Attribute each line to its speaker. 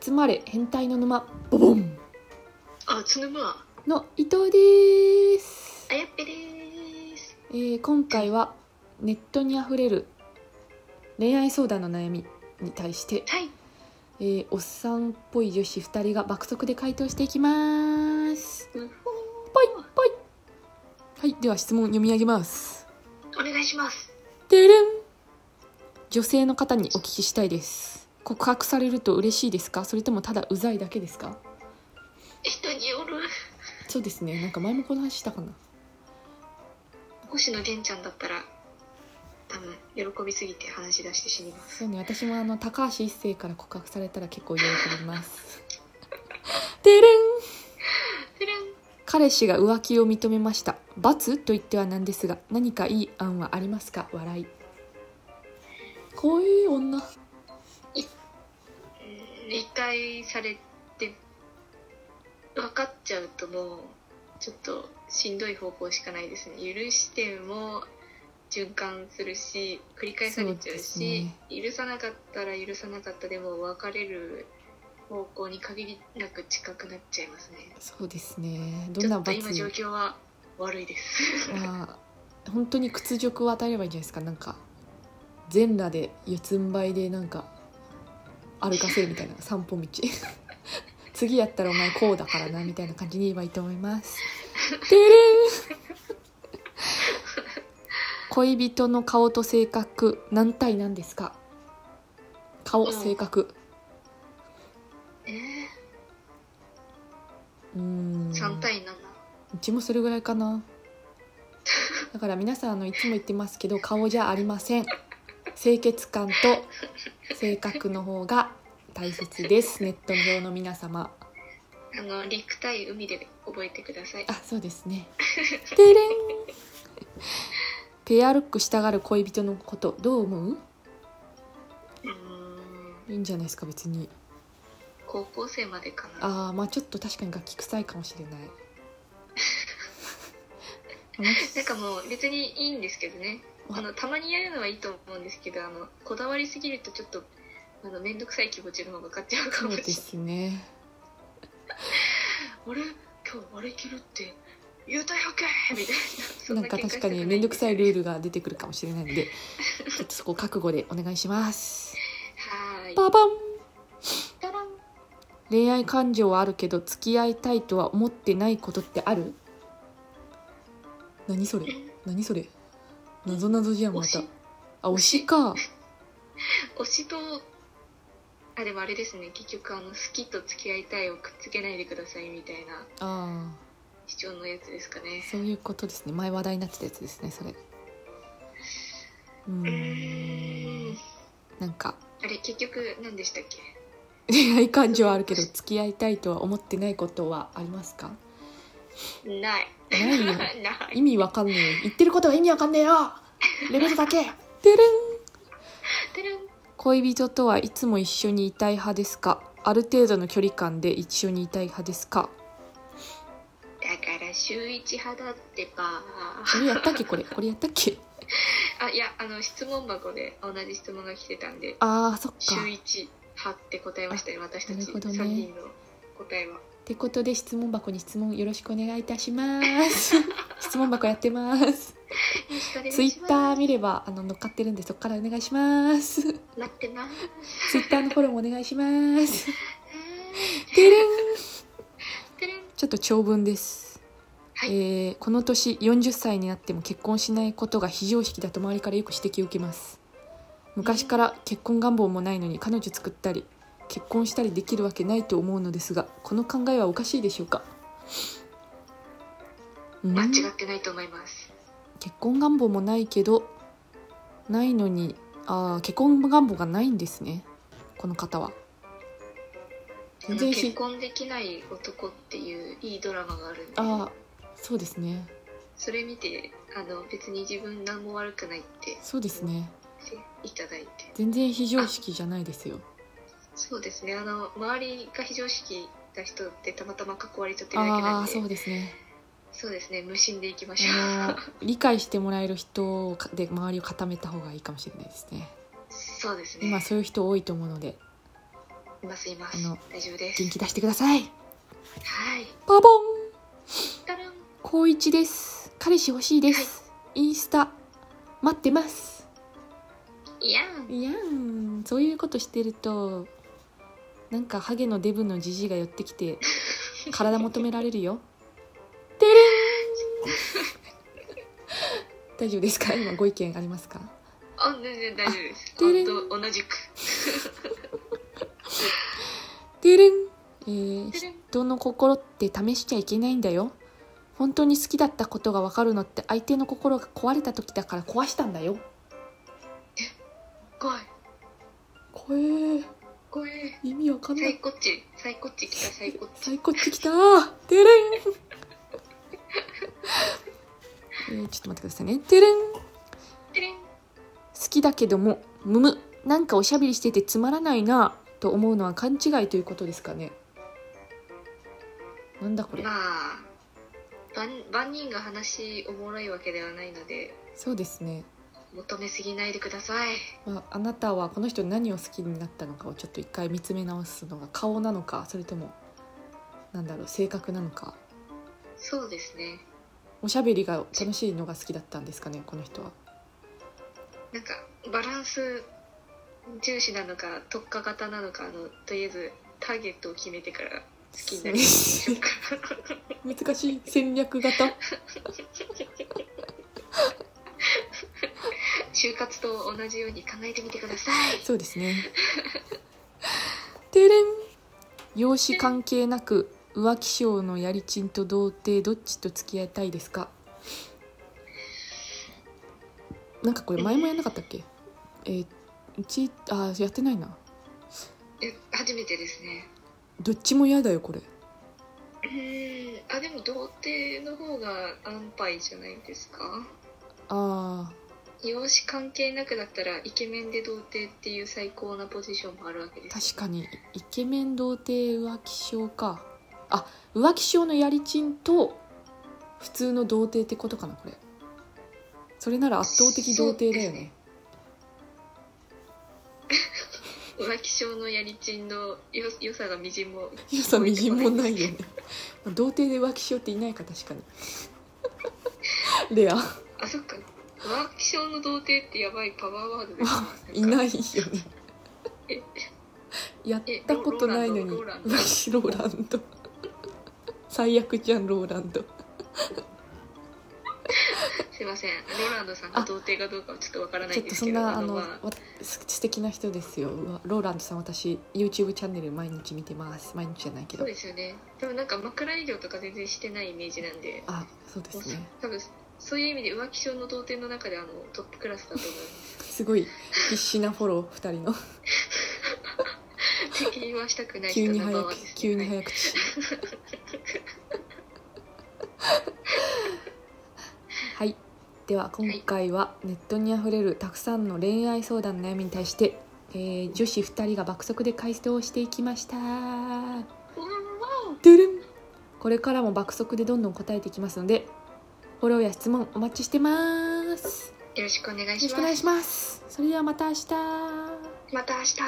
Speaker 1: 集まれ変態の沼ボボン
Speaker 2: あつぬま
Speaker 1: の伊藤です
Speaker 2: あ、やっぺです
Speaker 1: えー今回はネットにあふれる恋愛相談の悩みに対して、
Speaker 2: はい
Speaker 1: えーおっさんっぽい女子2人が爆速で回答していきます
Speaker 2: う
Speaker 1: ぽいぽいはいでは質問読み上げます
Speaker 2: お願いします
Speaker 1: てれん女性の方にお聞きしたいです告白されると嬉しいですかそれともただうざいだけですか
Speaker 2: 人による
Speaker 1: そうですねなんか前もこの話したかな
Speaker 2: 星野源ちゃんだったら多分喜びすぎて話し出して死にます
Speaker 1: そうね、私もあの高橋一生から告白されたら結構喜びます。 てれん
Speaker 2: ふらん
Speaker 1: 彼氏が浮気を認めました。罰と言ってはなんですが、何かいい案はありますか笑い。こういう女。
Speaker 2: うん一回されて分かっちゃうともうちょっとしんどい方向しかないですね許しても循環するし繰り返されちゃう
Speaker 1: そうで
Speaker 2: し許さなかったら許さなかったでも別れる方向に限りなく近くなっちゃいますね
Speaker 1: そうですね。ど
Speaker 2: ち
Speaker 1: ん
Speaker 2: ょ
Speaker 1: な
Speaker 2: っと
Speaker 1: 罰
Speaker 2: 今状況は悪いです
Speaker 1: まあ、本当に屈辱を与えればいいんじゃないですか。なんか、全裸で四つん這いでなんか、歩かせるみたいな散歩道。 次やったらお前こうだからなみたいな感じに言えばいいと思います。てれん 恋人の顔と性格何対何ですか顔性格
Speaker 2: ええ
Speaker 1: うーん
Speaker 2: 3対7
Speaker 1: うちもそれぐらいかなだから皆さんあのいつも言ってますけど顔じゃありません清潔感と性格の方が大切ですネット上の皆様
Speaker 2: あの陸対海で覚えてください
Speaker 1: あそうですねてれんペアルックしたがる恋人のことどう思う
Speaker 2: うーん
Speaker 1: いいんじゃないですか別に
Speaker 2: 高校生までかな
Speaker 1: ああまあちょっと確かに楽器臭いかもしれないあの
Speaker 2: なんかもう別にいいんですけどねあのたまにやるのはいいと思うんですけどあのこだわりすぎるとちょっとあの面倒くさい気持ちの方が勝っちゃうか
Speaker 1: そ
Speaker 2: も
Speaker 1: う
Speaker 2: し
Speaker 1: で
Speaker 2: れない
Speaker 1: すね
Speaker 2: あれ今日割れ切るって優待保険みたいなそ
Speaker 1: なん
Speaker 2: 喧
Speaker 1: か
Speaker 2: 嘩した
Speaker 1: 確かに
Speaker 2: ない
Speaker 1: 面倒くさいルールが出てくるかもしれないん でちょっとそこ覚悟でお願いします
Speaker 2: はーい
Speaker 1: パパン
Speaker 2: タラン
Speaker 1: 恋愛感情はあるけど付き合いたいとは思ってないことってある何それ何それ謎謎じゃんま
Speaker 2: 推
Speaker 1: た
Speaker 2: し
Speaker 1: あ推しか
Speaker 2: 推しとあでもあれですね結局あの好きと付き合いたいをくっつけないでくださいみたいな
Speaker 1: あ
Speaker 2: 主張のやつですか
Speaker 1: ー
Speaker 2: ね
Speaker 1: そういうことですね前話題になってたやつですねそれうー
Speaker 2: うー
Speaker 1: ん
Speaker 2: ん
Speaker 1: なんか
Speaker 2: あれ結局何でしたっけ
Speaker 1: 恋愛感情はあるけど付き合いたいとは思ってないことはありますか
Speaker 2: ない
Speaker 1: ないよ
Speaker 2: ない
Speaker 1: 意味わかんねえ言ってることが意味わかんねえよレベルだけてれん
Speaker 2: タラン
Speaker 1: 恋人とはいつも一緒にいたい派ですかある程度の距離感で一緒にいたい派ですか
Speaker 2: だから週一派だってば
Speaker 1: これやったっけこれこれやったっけ
Speaker 2: あいやあの質問箱で同じ質問が来てたんで
Speaker 1: あーそっか
Speaker 2: 週一派って答えましたね私た
Speaker 1: な
Speaker 2: ち
Speaker 1: るほどね
Speaker 2: 3人の 答えは
Speaker 1: ってことで質問箱に質問よろしくお願いいたします 質問箱やってますツイッター
Speaker 2: ー
Speaker 1: 見ればあの乗っかってるんでそっからお願いします
Speaker 2: 待ってま す
Speaker 1: ツイッターのフォローもお願いします
Speaker 2: は
Speaker 1: てれん
Speaker 2: ーいてれん
Speaker 1: ちょっと長文です、
Speaker 2: はい
Speaker 1: えーこの年40歳になっても結婚しないことが非常識だと周りからよく指摘を受けます昔から結婚願望もないのに彼女作ったり結婚したりできるわけないと思うのですがこの考えはおかしいでしょうかうん
Speaker 2: 間違ってないと思います
Speaker 1: 結婚願望もないけどないのにあー結婚願望がないんですねこの方は
Speaker 2: あ
Speaker 1: 全
Speaker 2: の
Speaker 1: 然し
Speaker 2: 結婚できない男っていういいドラマがあるんで
Speaker 1: ああそうですね
Speaker 2: それ見てあの別に自分何も悪くないって
Speaker 1: そうですね
Speaker 2: いただいて
Speaker 1: 全然非常識じゃないですよ
Speaker 2: そうですねあの周りが非常識な人ってたまたま囲われちゃってるだけな
Speaker 1: あ
Speaker 2: ん
Speaker 1: あ
Speaker 2: でそ
Speaker 1: そううですね
Speaker 2: ですね無心でいきましょう、
Speaker 1: あの理解してもらえる人をかで周りを固めた方がいいかもしれないですね
Speaker 2: そうですね
Speaker 1: 今そういう人多いと思うので
Speaker 2: いますいます
Speaker 1: あの
Speaker 2: 大丈夫です
Speaker 1: 元気出してください
Speaker 2: はい
Speaker 1: パボン
Speaker 2: たらん
Speaker 1: 高一です彼氏欲しいですインスタ待ってます
Speaker 2: いやん
Speaker 1: いやんそういうことしてるとなんかハゲのデブのジジイが寄ってきて体求められる よてれん大丈夫ですか今ご意見ありますか
Speaker 2: あ全然大丈夫です
Speaker 1: てれん
Speaker 2: 本当同じく
Speaker 1: てれんえー
Speaker 2: てれん
Speaker 1: 人の心って試しちゃいけないんだよ本当に好きだったことが分かるのって相手の心が壊れた時だから壊したんだよ
Speaker 2: 怖い
Speaker 1: 怖え
Speaker 2: 怖い
Speaker 1: 意味わかんな
Speaker 2: サイ
Speaker 1: い
Speaker 2: コッチサイコッチ来たサイコッチ
Speaker 1: 最高ってきたーてれん えーちょっと待ってくださいねてれん好
Speaker 2: てれん
Speaker 1: きだけどもむむなんかおしゃべりしててつまらないなと思うのは勘違いということですかねなんだこれ
Speaker 2: まあ万万人が話おもろいわけではないので
Speaker 1: そうですね
Speaker 2: 求めすぎないでください
Speaker 1: まあ、あなたはこの人に何を好きになったのかをちょっと一回見つめ直すのが顔なのかそれともなんだろう性格なのか
Speaker 2: そうですね
Speaker 1: おしゃべりが楽しいのが好きだったんですかねこの人は
Speaker 2: なんかバランス重視なのか特化型なのかあのとりあえずターゲットを決めてから好きになりましょうか
Speaker 1: 難しい戦略型
Speaker 2: 就活と同じように考えてみてください
Speaker 1: そうですねてれん容姿関係なく浮気性のやりちんと童貞どっちと付き合いたいですかなんかこれ前もやんなかったっけえーうちあーやってないな
Speaker 2: え初めてですね
Speaker 1: どっちも嫌だよこれ
Speaker 2: うーんあでも童貞の方が安牌じゃないですか
Speaker 1: ああ
Speaker 2: 容姿関係なくだったらイケメンで童貞っていう最高なポジションもあるわけです
Speaker 1: 確かにイケメン童貞浮気症かあ浮気症のやりちんと普通の童貞ってことかなこれそれなら圧倒的童貞だよ ね
Speaker 2: 浮気症のやりちんのよ良さがみじんも
Speaker 1: ゆうさんみじんもないよね まあ童貞で浮気症っていないか確かに レア
Speaker 2: あそっか浮気症の童貞ってやばいパワーワードですね
Speaker 1: い
Speaker 2: んか
Speaker 1: ないよね
Speaker 2: え
Speaker 1: やったことないのに
Speaker 2: ローランドローランド
Speaker 1: 浮気 ローランド最悪じゃんローランド
Speaker 2: すいませんロランドさんが童貞かどうかはちょっとわからな
Speaker 1: ちょ
Speaker 2: い
Speaker 1: っ
Speaker 2: ん
Speaker 1: と
Speaker 2: です
Speaker 1: そ
Speaker 2: け
Speaker 1: ん
Speaker 2: ど
Speaker 1: なあ
Speaker 2: あの
Speaker 1: の
Speaker 2: ま
Speaker 1: わ
Speaker 2: あ
Speaker 1: す素敵な人ですようわローランドさん私 YouTube チャンネル毎日見てます毎日じゃないけ
Speaker 2: そ
Speaker 1: ど
Speaker 2: うですよねでもなんか枕営業とか全然してないイメージなんで
Speaker 1: あそうですね
Speaker 2: 多分そういう意味で浮気症の童貞の中であのトップクラスだと思い ます
Speaker 1: すごい必死なフォロー2人の
Speaker 2: 責任はしたくない
Speaker 1: 急
Speaker 2: 人
Speaker 1: に
Speaker 2: ナンバ
Speaker 1: 早く
Speaker 2: ーワンです
Speaker 1: 急に
Speaker 2: はい
Speaker 1: 早 口はいでは今回はネットにあふれるたくさんの恋愛相談の悩みに対して、えー女子2人が爆速で回答していきました
Speaker 2: うわ
Speaker 1: ドゥルンこれからも爆速でどんどん答えていきますのでフォローや質問お待ちしてます
Speaker 2: よろしくお願
Speaker 1: よ
Speaker 2: い
Speaker 1: ろ
Speaker 2: し
Speaker 1: しくお願
Speaker 2: ま
Speaker 1: い
Speaker 2: す
Speaker 1: しますそれではまた明日
Speaker 2: また明日